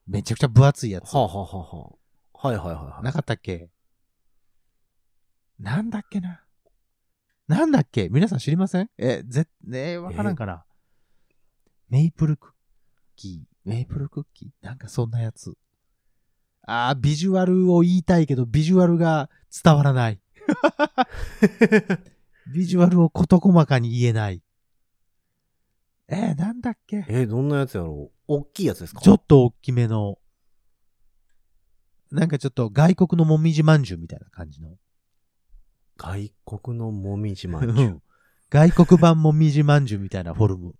S3: めちゃくちゃ分厚いやつ。
S2: はあ、はあはあはあ、はいはいはいはい。
S3: なかったっけなんだっけななんだっけ皆さん知りませんえ、ぜ、ねえ、わからんかな。メイプルクッキー。メイプルクッキーなんかそんなやつ。あー、ビジュアルを言いたいけど、ビジュアルが伝わらない。 ビジュアルを事細かに言えない。えー、なんだっけ
S2: え、どんなやつやろう大きいやつですか
S3: ちょっと大きめの、なんかちょっと外国のもみじまんじゅうみたいな感じの。
S2: 外国のもみじま
S3: うん
S2: じゅうん
S3: 外国版もみじまんじゅうみたいなフォルム。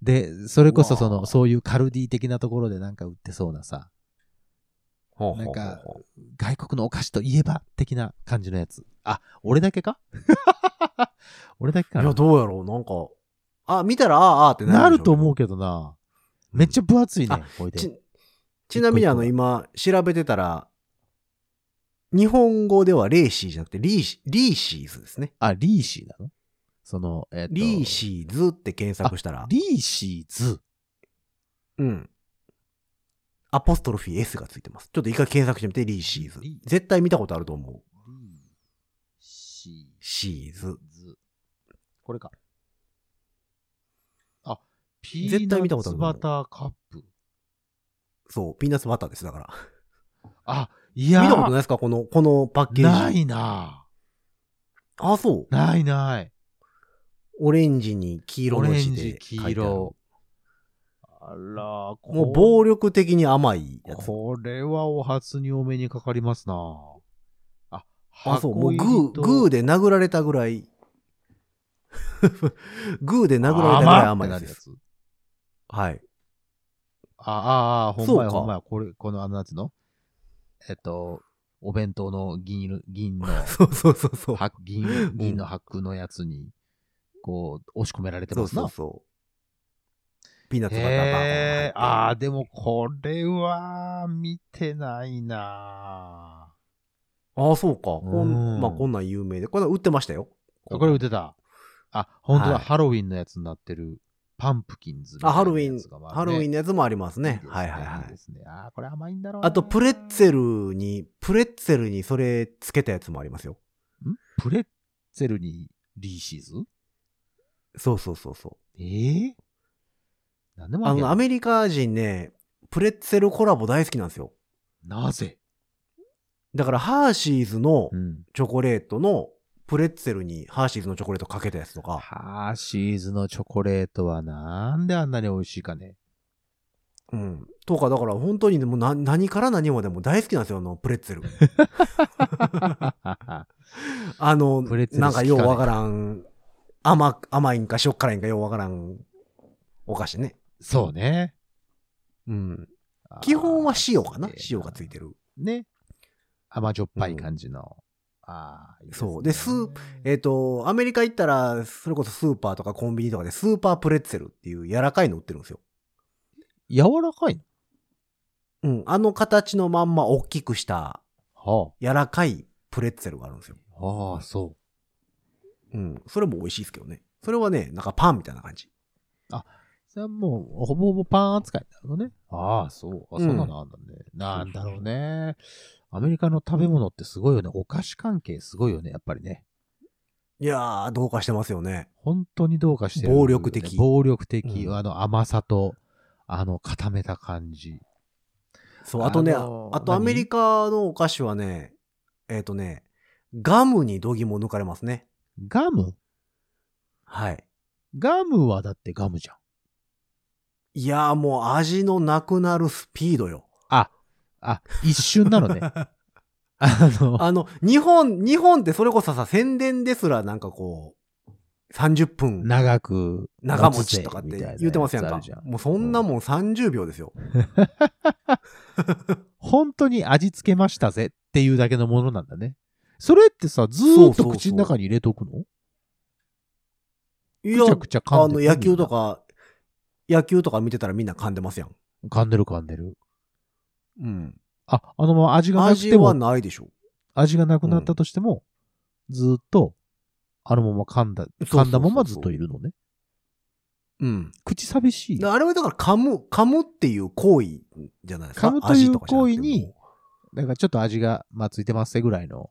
S3: で、それこそう
S2: わ
S3: その、そういうカルディ的なところでなんか売ってそうなさ、
S2: ほうほうほうほう。
S3: なんか外国のお菓子といえば的な感じのやつ。あ、俺だ けか俺だけか
S2: いや、
S3: な
S2: どうやろうなんか、あ、見たら、あーあーって
S3: なると思う
S2: け
S3: けどな。めっちゃ分厚いね
S2: あ、
S3: これで。
S2: ち、ちなみにあの、
S3: 一
S2: 今、調べてたら、日本語ではレーシーじゃなくてリーシ、リーシーズですね。
S3: あ、リーシーなのその、えっと、
S2: リーシーズって検索したら、
S3: リーシーズ。
S2: うん。アポストロフィー S がついてます。ちょっと一回検索してみて、リーシーズ
S3: リ。ー
S2: 絶対見たことあると思う。
S3: リーシ
S2: シーズ。
S3: ズ。これか。あ、ピ
S2: 絶
S3: ーナ
S2: 対見たことあ
S3: ッ
S2: る
S3: ツバターカップ。
S2: そう、ピーナッツバターです、だから。
S3: あ、いや
S2: 見たことないですかこの、このパッケージ。
S3: ないな
S2: あ、そう。
S3: ないない。
S2: オレンジに黄色
S3: オ
S2: の
S3: レ
S2: 字
S3: ン
S2: で書
S3: ジ、黄
S2: いてある。
S3: 色。あら、こ
S2: もう暴力的に甘いやつ。
S3: これはお初にお目にかかりますなあ、
S2: あ、そう、もうグー、グ
S3: ー
S2: ーで殴られたぐらい。 グーで殴られたぐらい甘いやつです。はい。
S3: ああ、ああ、ほんまや、
S2: そうか
S3: ほんまや。これ、この、あの、なんつうのえっと、お弁当の銀色、銀の、
S2: そうそうそうそう。
S3: は銀、銀の白のやつに、こう、押し込められて
S2: そ
S3: ま
S2: う
S3: す
S2: そう
S3: な。
S2: そう。ピーナッツバターバー
S3: へえ、
S2: ガーが
S3: あ
S2: 入
S3: あ、
S2: って
S3: でもこれは、見てないな
S2: る。ああ、そうか。こ、
S3: うんん
S2: まあ、こんなん有名で。こんなん売ってましたよ。
S3: あこれ売ってた。あ、ほんとだ、
S2: はい
S3: ハロウィンのやつになってる、パンプキンズみたい
S2: あ、
S3: な
S2: ハロウィ
S3: や
S2: ン
S3: つが、まあね
S2: ハロウィンのやつもありますね。
S3: いいです
S2: はいはいはい
S3: いで。すね。ああ、これ甘いんだろうな
S2: あと、プレッツェルに、プレッツェルにそれつけたやつもありますよ。
S3: んプレッツェルにリーシーズ
S2: そうそうそうそう。
S3: ええなんでも
S2: あ
S3: りや
S2: の、
S3: な
S2: アメリカ人ね、プレッツェルコラボ大好きなんですよ。
S3: なぜ
S2: だから、ハーシーズの
S3: ん。
S2: チョコレートの、プレッツェルにハーシーズのチョコレートかけたやつとか、
S3: ハーシーズのチョコレートはなんであんなに美味しい かね。
S2: うん。とか、だから本当にでもな何から何までも大好きなんですよ、あの、プレッツェル。あの、
S3: プレッツェル
S2: なんかようわからん、甘、甘いんか塩辛いんかようわからんお菓子ね。
S3: そうね。
S2: うん。基本は塩かな
S3: あー
S2: 塩がついてる。
S3: ね。甘じょっぱい感じの。ああ、いい
S2: そうでスーえっ、
S3: っ
S2: と、アメリカ行ったら、それこそスーパーとかコンビニとかでスーパープレッツェルっていう柔らかいの売ってるんですよ。
S3: 柔らかい
S2: うん。あの形のまんま大きくした
S3: の
S2: 柔らかいプレッツェルがあるんですよ。
S3: はあ。ああ、そ
S2: うん。それも美味しいですけどね。それはね、なんかパンみたいな感じ。
S3: う。それはもう、ほぼほぼパン扱いなのね。ああ、そう。あ、
S2: うん
S3: そんなのあんだね。なんだろうね。アメリカの食べ物ってすごいよね。お菓子関係すごいよね、やっぱりね。
S2: いやー、どうかしてますよね。
S3: 本当にどうかしてる、
S2: 暴力的
S3: 暴力的。
S2: うん
S3: あの甘さと、あの固めた感じ。
S2: そう、あとね、
S3: あ
S2: あ
S3: のー
S2: とアメリカのお菓子はね、えっ、とね、ガムに度肝を抜かれますね。
S3: ガム
S2: はい。
S3: ガムはだってガムじゃん。
S2: いやーもう味のなくなるスピードよ。
S3: あ、一瞬なの ね。あの、
S2: あの、日本、日本ってそれこそさ、宣伝ですらなんかこう、30分
S3: 長く、
S2: 長持ちとかって言うてますやん
S3: みたいな
S2: か
S3: やつある。じゃん
S2: もうそんなもん30秒ですよ。
S3: 本当に味付けましたぜっていうだけのものなんだね。それってさ、ずーっと
S2: そうそうそう
S3: 口の中に入れとくの
S2: い
S3: くちゃくちゃ
S2: あ
S3: 噛んで
S2: の、
S3: る
S2: 野球と。か、野球とか見てたらみんな噛んでますやん。
S3: 噛んでる噛んでる。
S2: うん。
S3: あ、あのまま味がなく
S2: 味
S3: ても
S2: は、ないでしょ。
S3: 味がなくなったとしても、ずーっと、あのまま噛んだ、
S2: そうそうそう
S3: 噛んだままずっといるのね。
S2: うん。
S3: 口寂しい。
S2: あれはだから噛む、噛むっていう行為じゃないですか。
S3: 噛むという
S2: 味かじゃなくて
S3: 行為に。だからちょっと味が、まあ、ついてますぜぐらいの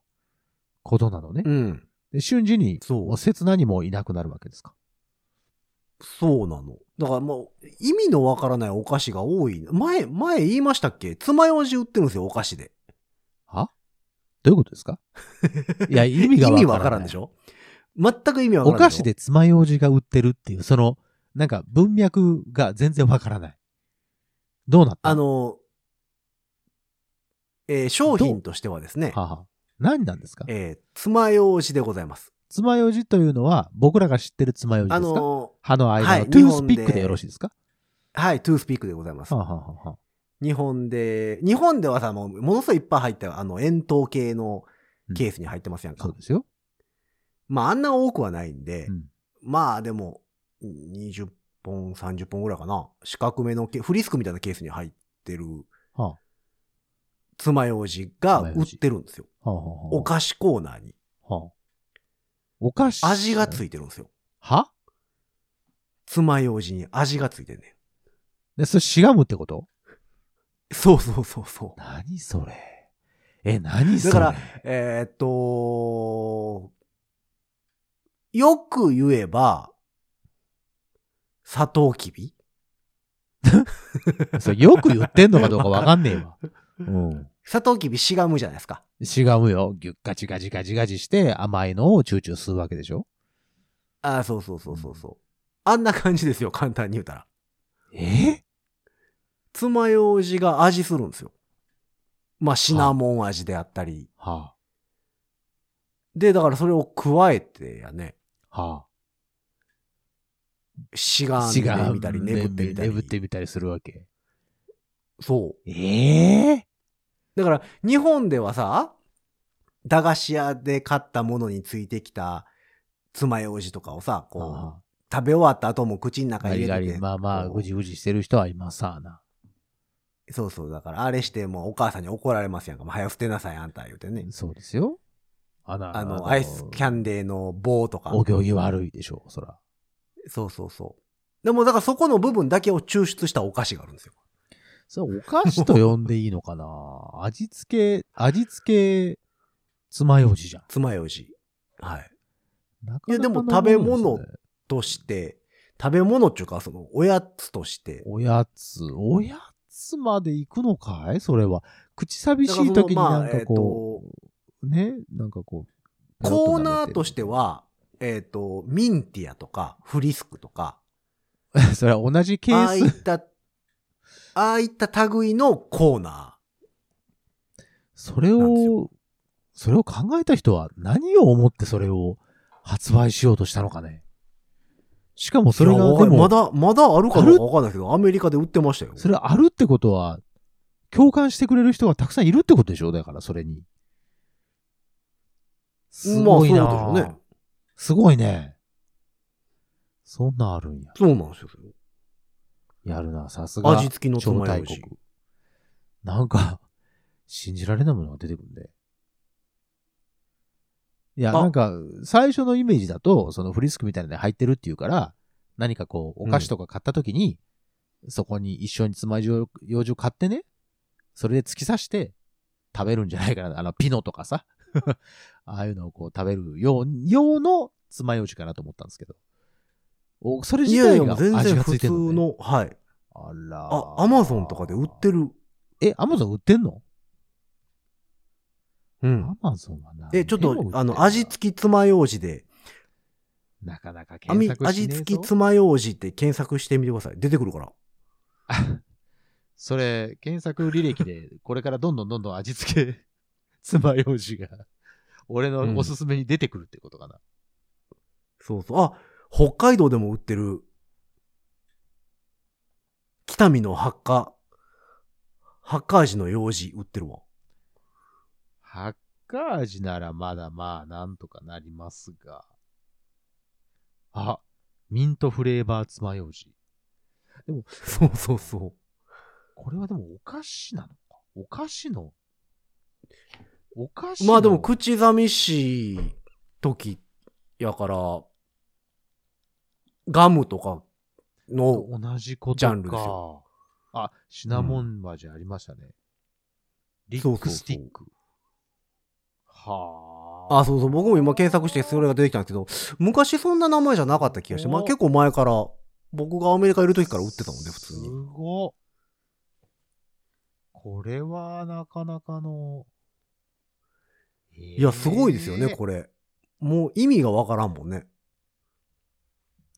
S3: ことなのね。
S2: うん。
S3: で瞬時に、
S2: そう
S3: もう刹那にもういなくなるわけですか。
S2: そうなの。だからもう、意味のわからないお菓子が多い。前、前言いましたっけ爪楊枝売ってるんですよ、お菓子で。
S3: はどういうことで すかいや、意味が
S2: 意
S3: わからない。
S2: 味わからんでしょ全く意味わか
S3: お
S2: らん
S3: 菓
S2: しょ
S3: 子で爪楊枝が売ってるっていう、その、なんか文脈が全然わからない。どうなった
S2: あ、の、えー商品としてはですね、
S3: はあはあ何なんですか
S2: えー、爪楊枝でございます。
S3: 爪楊枝というのは、僕らが知ってる爪楊枝
S2: あ
S3: ですか、
S2: の
S3: 歯の間の、
S2: はい
S3: トゥースピ
S2: 日
S3: ック
S2: 本
S3: で
S2: で
S3: よろしいですか
S2: ーはい、トゥースピックでございます
S3: はあ。はあはあはあ
S2: 日本で、日本ではさ、もう、ものすごいいっぱい入った、あの、円筒系のケースに入ってますやんか。
S3: そうですよ。
S2: まあ、あんな多くはないんで、
S3: うん
S2: まあ、でも、20本、30本ぐらいかな。四角めのケ、フリスクみたいなケースに入ってる
S3: は
S2: 爪楊枝が売ってるんですよ。
S3: あはあはあはあ
S2: お菓子コーナーに。
S3: はあお菓子。
S2: 味がついてるんですよ。
S3: は
S2: 爪楊枝に味がついてんね
S3: で、それしがむってこと
S2: ん。そうそうそうそう。
S3: 何それ。え、何それ。
S2: だから、えーっと、よく言えば、砂糖きび
S3: それよく言ってんのかどうかわかんねえ わ。うん。
S2: 砂糖きびしがむじゃないですか。
S3: しがむよ。ギュッガチガチガチガチして甘いのをチューチュー吸うわけでしょ
S2: ああ、そうそうそうそうそう。あんな感じですよ、簡単に言うたら。
S3: え
S2: 爪楊枝が味するんですよ。まあ、シナモン味であったり。
S3: は
S2: で、だからそれを加えてやね、
S3: あ、は
S2: し
S3: あ。
S2: がん
S3: し
S2: で
S3: が
S2: みたり、ねぶってみたり。
S3: ねぶってみたりするわけ。
S2: そう。
S3: ええ
S2: だから、日本ではさ、駄菓子屋で買ったものについてきた爪楊枝とかをさ、こ
S3: は
S2: う、食べ終わった後も口の
S3: あ、
S2: 中
S3: ガ
S2: に入
S3: リガ
S2: れて
S3: リ、
S2: て。
S3: まあまあ、
S2: こう
S3: ぐじぐじしてる人はいますわな。
S2: そうそう、だから、あれしてもうお母さんに怒られますやんか。もう早く捨てなさい、あんた、言うてね。
S3: そうですよ。あの
S2: あの、アイスキャンデーの棒とか。
S3: お行儀悪いでしょう、そら。
S2: そうそうそう。でも、だからそこの部分だけを抽出したお菓子があるんですよ。
S3: それお菓子と呼んでいいのかな 味付け、味付け、爪楊枝じゃん。
S2: 爪楊枝。はい。
S3: なかなか
S2: いやでも
S3: なもんすね
S2: 食べ物として、食べ物っていうか、その、おやつとして。
S3: おやつ、おやつまで行くのかいそれは。口寂しい時になんかこう、ね、なんかこう。
S2: コーナーとして。は、えっ、と、ミンティアとか、フリスクとか、
S3: それは同じケ
S2: ああい
S3: ー
S2: っ
S3: ス。
S2: た、ああいった類のコーナ
S3: それ
S2: なんです
S3: を、それを考えた人は何を思ってそれを発売しようとしたのかね。しか
S2: ー。
S3: もそれ
S2: い
S3: が、で
S2: やわかんない
S3: も
S2: ま、だ、まだあるかどうかわかんないけど、アメリカで売ってましたよ。
S3: それあるってことは、共感してくれる人がたくさんいるってことでしょだから、それに。すごいな、
S2: まあ、そうでしょうね。
S3: すごいね。そんなんあるんや。
S2: そうなんですよ。
S3: やるな、さすが。
S2: 味付きの
S3: 超
S2: 爪楊
S3: 大
S2: 枝
S3: 国。。なんか、信じられないものが出てくるんで。いや、
S2: あ
S3: なんか、最初のイメージだと、そのフリスクみたいなのに入ってるっていうから、何かこう、お菓子とか買った時に、そこに一緒に爪楊枝を買ってね、それで突き刺して食べるんじゃないかな。あの、ピノとかさ、 ああいうのをこう食べるよう、用の爪楊枝かなと思ったんですけど。お、それ
S2: い
S3: 自
S2: やい
S3: 体
S2: や、も
S3: が
S2: う全
S3: 味
S2: 然
S3: がつ
S2: 普
S3: い
S2: 通
S3: てるの、ね、
S2: の、はい。
S3: あら
S2: あ、アマゾンとかで売ってる。
S3: え、アマゾン売ってんの
S2: う
S3: ア
S2: ん。
S3: マゾンはな。
S2: え、ちょっと
S3: でも売、てん
S2: あ
S3: だ
S2: の、味付き爪楊枝で、
S3: なかなか
S2: あみ
S3: 検索しね
S2: 味
S3: えぞ
S2: 付き爪楊枝って検索してみてください。出てくるから。
S3: それ、検索履歴で、これからどんどんどんどん味付け、 爪楊枝が、俺のおすすめに出てくるってことかな。
S2: そうそう。あ、北海道でも売ってる。北見の八花、八花味の楊枝売ってるわ。
S3: ハッカージならまだまあ、なんとかなりますが。あ、ミントフレーバー爪楊枝。
S2: そうそうそう。
S3: これはでもお菓子なのか。お菓子の、お菓子の。
S2: まあでも、口寂しい時やから、ガムとかの、
S3: 同じことか。
S2: ジャンルですよ
S3: あ、シナモン味ありましたね。リ
S2: そう
S3: ッ
S2: そう
S3: ク
S2: そう
S3: スティック。は
S2: あ、そうそう。僕も今検索してそれが出てきたんですけど、昔そんな名前じゃなかった気がして、まあ
S3: お
S2: 結構前から、僕がアメリカいる時から売ってたもんね、普通
S3: す
S2: に。
S3: ごっこれはなかなかの。い
S2: いや、すごいですよね、これ。もう意味がわからんもんね。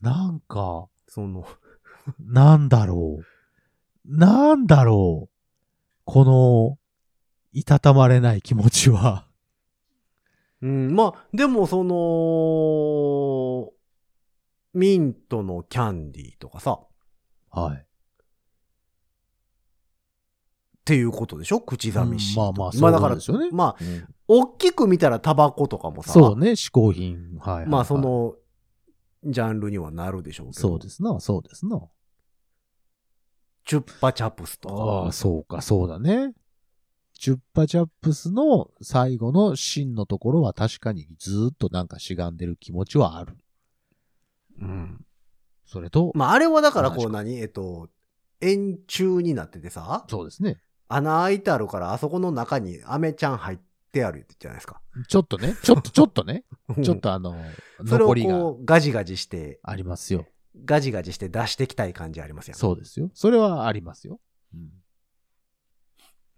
S3: なんか、
S2: その、
S3: なんだろう。なんだろう。この、いたたまれない気持ちは。
S2: うん、まあ、でもその、ミントのキャンディーとかさ、っ
S3: はい。
S2: ていうことでしょ口寂しいと、
S3: うんまあまあ
S2: まあだ
S3: そ
S2: か
S3: ういうこと
S2: ら
S3: ですよね、
S2: まあ、大きく見たらタバコとかもさ、
S3: そうね、嗜好品。はいはいはい。
S2: まあそ、の、ジャンルにはなるでしょうけど。
S3: そうですな、そうですな。
S2: チュッパチャプスと
S3: ああ、
S2: か。
S3: そうか、そうだね。チュッパチャップスの最後の芯のところは確かにずーっとなんかしがんでる気持ちはある。
S2: うん。
S3: それと、
S2: まああれはだから
S3: 同
S2: こ
S3: じ
S2: う
S3: か
S2: 何えっと、円柱になっててさ、
S3: そうですね。
S2: 穴開いてあるからあそこの中にアメちゃん入ってあるじゃないですか。
S3: ちょっとね、ちょ っと、ちょっとね、ちょっとあの、
S2: それを
S3: 残りが
S2: こうガジガジして、
S3: ありますよ。
S2: ガジガジして出してきたい感じありますよ。
S3: そうですよ。それはありますよ。うん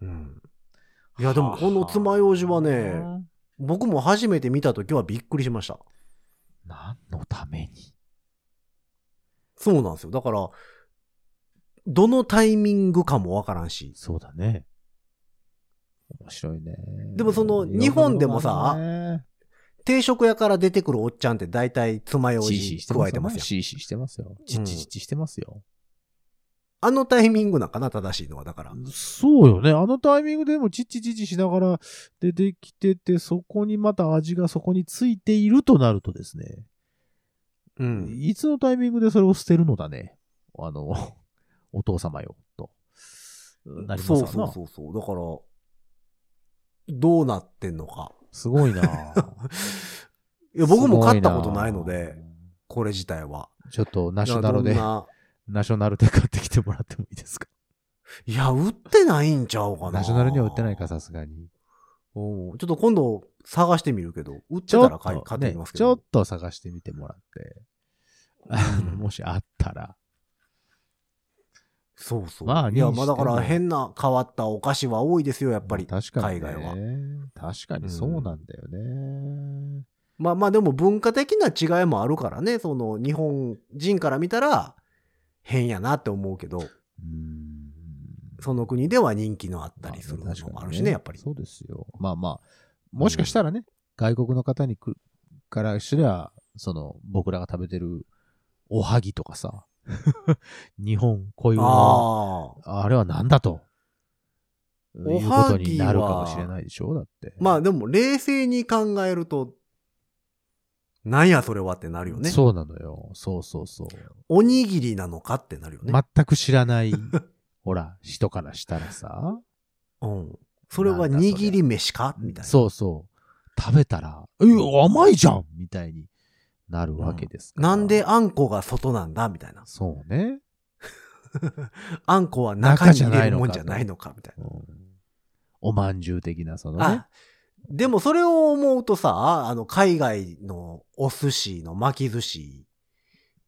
S2: うん。いやでもこの爪楊枝はね、僕も初めて見た時はびっくりしました。
S3: 何のために
S2: そうなんですよ。だから、どのタイミングかもわからんし。
S3: そうだね。面白いね。
S2: でもその
S3: いろんな
S2: 日本でもさ
S3: ものがあるね
S2: 定食屋から出てくるおっちゃんって大体爪楊枝
S3: シーシーして
S2: 加えてますよ。
S3: シーシーしてますよ。チッチチッチしてますよ。
S2: あのタイミングなんかな、正しいのは。だから。
S3: そうよね。あのタイミングでもチッチチッチしながら出てきてて、そこにまた味がそこについているとなるとですね、
S2: うん。
S3: いつのタイミングでそれを捨てるのだね。あの、 お父様よ、と。なります
S2: そ
S3: わ
S2: う
S3: な
S2: そうそうそう。だから、どうなってんのか。
S3: すご いな
S2: いや、僕も買ったことないので、。これ自体は。
S3: ちょっとナショナル
S2: い
S3: で
S2: やどん、な
S3: ナショナルで買ってきてもらってもいいですか
S2: いや、売ってないんちゃうかな。
S3: ナショナルには売ってないか、さすがに。
S2: うん。ちょっと今度探してみるけど、売って
S3: ちょ
S2: た
S3: っ
S2: ら買い買
S3: と、
S2: って
S3: ね
S2: みます、け
S3: ちょ
S2: ど
S3: っ。と探してみてもらって、あのもしあったら、
S2: そうそう。
S3: まあ
S2: いや、
S3: にして
S2: まあ
S3: も
S2: だから変な変わったお菓子は多いですよ、やっぱり。
S3: まあ確かにね
S2: 海外は。
S3: 確かにそうなんだよね。
S2: まあまあでも文化的な違いもあるからね、その日本人から見たら変やなって思うけど、
S3: うん。
S2: その国では人気のあった
S3: まあ
S2: り
S3: ね
S2: するの
S3: 確かに
S2: もあるしね、やっぱり。
S3: そうですよ。まあまあ、もしかしたらね、外国の方にくからすりゃ、その、僕らが食べてるおはぎと かさ、日本固有の、
S2: ああ。
S3: あれはなんだと。
S2: おはぎは
S3: いうことになるかもしれないでしょだって。
S2: まあでも冷静に考えると、なんやそれはってなるよね。
S3: そうなのよ。そうそうそう。
S2: おにぎりなのかってなるよね。
S3: 全く知ら ない、ほら、人からしたらさ、
S2: うん。それは握り飯かみたいな。
S3: そうそう。食べたら、え、甘いじゃんみたいになるわけですから
S2: なんであんこが外なんだみたいな。
S3: そうね。
S2: あんこは中に入れるもんじゃないのかみたい
S3: うんおまんじゅう的な、その
S2: な。
S3: ね
S2: あ。、でもそれを思うとさ、あの、海外のお寿司の巻き寿司、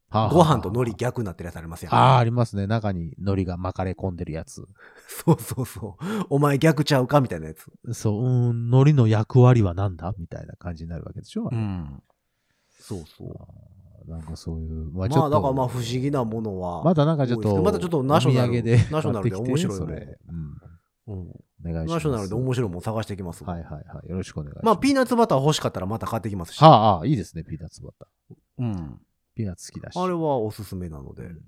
S3: はあはあ
S2: ご飯と海苔逆になってるやつありますよ、ね。
S3: ああ、ありますね。中に海苔が巻かれ込んでるやつ。
S2: そうそうそう。お前逆ちゃうかみたいなやつ。
S3: そう、うん、海苔の役割は何だみたいな感じになるわけでしょ、あれ
S2: ん。そうそう。
S3: あーなんかそういう、ま
S2: まあ、
S3: ちょっと
S2: だからまあ不思議なものは。
S3: まだなんかちょっ
S2: 多いですけ
S3: と、
S2: どまだちょっとナショ ナル
S3: お土産で買ってきて、
S2: ナショナルで面白い
S3: そ
S2: の
S3: れ。うん。
S2: うん、
S3: お願いします。
S2: ナショナルで面白いもん探していきます。
S3: はいはいはい。よろしくお願いします。
S2: まあ、ピー
S3: ナ
S2: ナッツバター欲しかったらまた買ってきますし。
S3: はあ、ああ、いいですね、ピーナッツバター。
S2: うん。
S3: ピーナッツ好きだし。
S2: あれはおすすめなので。
S3: うん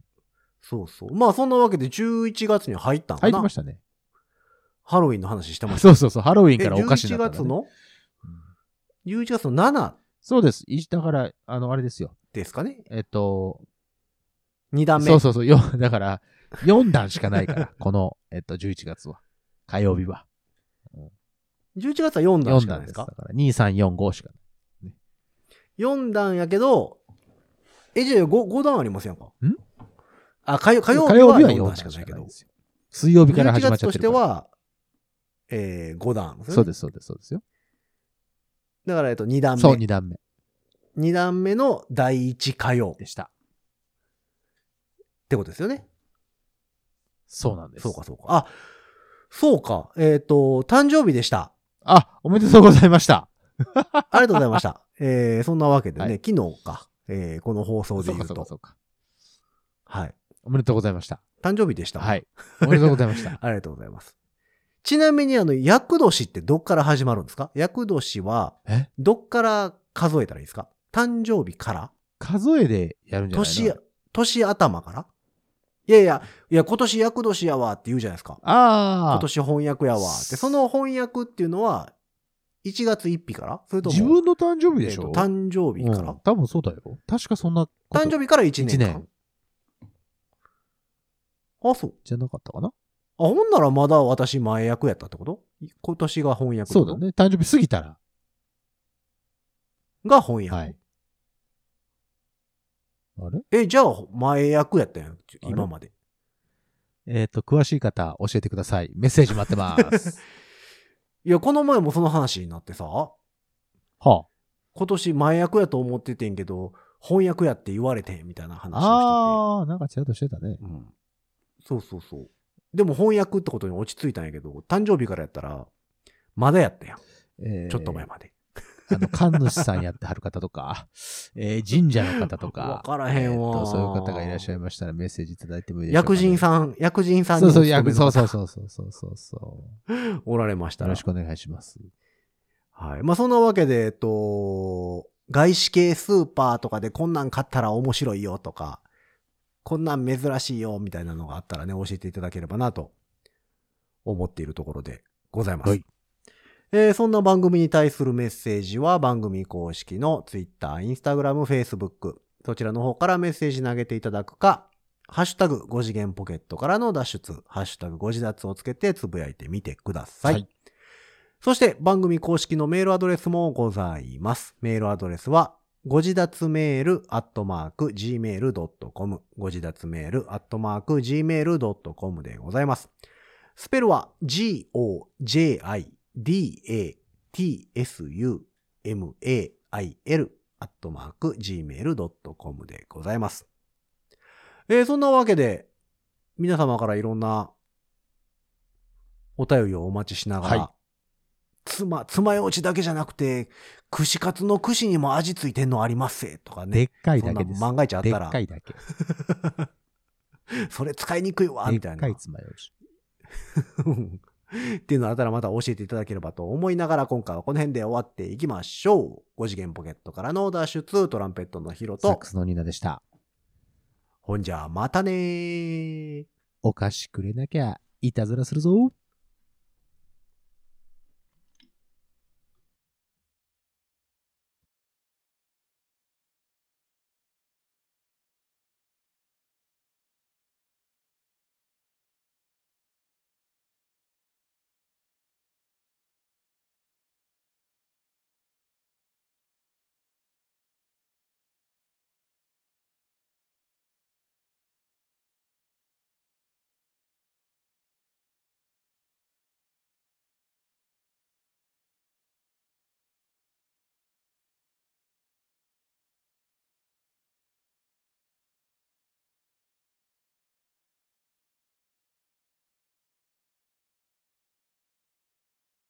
S2: そうそう。まあ、そんなわけで11月に入ったんか
S3: 入っ
S2: な
S3: てましたね。
S2: ハロウィンの話してました。
S3: そうそうそう、ハロウィンから
S2: え
S3: お菓子になっ
S2: 11
S3: たらね、
S2: 月の
S3: うん、
S2: ?11 月の7
S3: そうです。いだから、あの、あれですよ。
S2: ですかね
S3: えっと、
S2: ?2 段目。
S3: そうそうそう、よ だから、4段しかないから、この、えっと、11月は。火曜日は。
S2: 11月は4段し
S3: 4
S2: かない
S3: 段
S2: で
S3: ですす。
S2: か
S3: だから、2、3、4、5しかない。
S2: 4段やけど、え、じゃあ 5, 5段ありますやんか。
S3: ん
S2: あ、火曜火曜
S3: 火
S2: 日
S3: 曜
S2: は
S3: 日は
S2: 4
S3: 4
S2: 段
S3: 段
S2: し
S3: し
S2: か
S3: か
S2: な
S3: ないい
S2: け
S3: け
S2: ど
S3: ど。。水曜日から
S2: 11
S3: 始まっ
S2: 月
S3: ちゃっ
S2: と
S3: て
S2: し
S3: るか
S2: て
S3: ら。
S2: は、えー、5段。
S3: そう
S2: ですね。
S3: です、そうです、そうですよ。
S2: だから、えっと、2段目。
S3: そう、二段目
S2: 2段目の第1火曜っ
S3: でした。
S2: てことですよね。
S3: そうなんです。
S2: そうか、そうか。あ、そうか。えっ、と、誕生日でした。
S3: あ、おめでとうございました。
S2: ありがとうございま した。えー、そんなわけでね、
S3: は
S2: 昨日か、えー、この放送で
S3: そう
S2: 言
S3: か、
S2: う
S3: そうか、
S2: と。
S3: そうか。
S2: はい。
S3: おめでとうございました。
S2: 誕生日でした。
S3: はい。おめでとうございました。
S2: ありがとうございます。ちなみに、あの、厄年ってどっから始まるんですか厄年は
S3: え、
S2: どっから数えたらいいですか誕生日から
S3: 数えでやるんじゃないの
S2: 年、年頭からいやいや、いや、今年厄年やわって言うじゃないですか。
S3: あ
S2: 今
S3: あ、
S2: 年翻訳やわって。その翻訳っていうのは、1月1日からそれとも、
S3: 自分の誕生日でし
S2: え
S3: ょ
S2: っと誕生日から、
S3: うん多分そうだよ。確かそんなこと
S2: 誕生日から1年間。
S3: 一年
S2: あ、そう。
S3: じゃなかったかな
S2: あ、ほんならまだ私前役やったってこと今年が翻訳
S3: そうだね。誕生日過ぎたら。
S2: が翻訳。
S3: はい。あれ
S2: え、じゃあ前役やったやん。
S3: あれ
S2: 今まで。
S3: えっ、と、詳しい方、教えてください。メッセージ待ってます。
S2: いや、この前もその話になってさ、
S3: は
S2: 今年前役やと思っててんけど、翻訳やって言われてんみたいな話を
S3: あ。ああー、なんかちらっとしてたね
S2: して。て。うん。そうそうそう。でも翻訳ってことに落ち着いたんやけど、誕生日からやったら、まだやったやん。
S3: えー
S2: ちょっと前まで。
S3: あの、神主さんやってはる方 とか、えー神社の方とか。
S2: わからへんわ
S3: えーとそういう方がいらっしゃいましたらメッセージいただいてもいいでしょうか、
S2: 役人
S3: ん。
S2: さん、役人さんに
S3: そ
S2: も
S3: うそう、
S2: 勤め
S3: 役
S2: の
S3: そうそうそうそうそうそうそう。
S2: おられました
S3: よ
S2: ら
S3: ろし。くお願いします。
S2: はい。まあ、そんなわけで、えっと、外資系スーパーとかでこんなん買ったら面白いよとか、こんなん珍しいよみたいなのがあったらね、教えていただければなと思っているところでございます。
S3: はい
S2: えーそんな番組に対するメッセージは番組公式の Twitter、Instagram、Facebook、そちらの方からメッセージ投げていただくか、ハッシュタグ5次元ポケットからの脱出、ハッシュタグ5次脱をつけてつぶやいてみてください。
S3: はい
S2: そして番組公式のメールアドレスもございます。メールアドレスは、ご自立メールアットマーク gmail.com ご自立メールアットマーク gmail.com でございます。スペルは g-o-j-i-d-a-t-s-u-m-a-i-l アットマーク gmail.com でございます。えーそんなわけで、皆様からいろんなお便りをお待ちしながら、
S3: はい
S2: つま、つまようちだけじゃなくて、串カツの串にも味ついてんのありますせとか
S3: で
S2: ね。
S3: っかい
S2: そん
S3: だ
S2: な
S3: けです。
S2: 万が一あっ
S3: で
S2: た
S3: っ
S2: ら
S3: か、いだけ。
S2: それ使いにくいわ、
S3: で
S2: みた
S3: っ
S2: い
S3: か。
S2: ない
S3: つまようじ。
S2: っていうのあったらまた教えていただければと思いながら今回はこの辺で終わっていきましょう。5次元ポケットからの脱出トランペットのヒロ
S3: サッ
S2: と
S3: ク、スのニーナでした。
S2: ほんじゃまたねー。
S3: お菓子くれなきゃ、いたずらするぞ。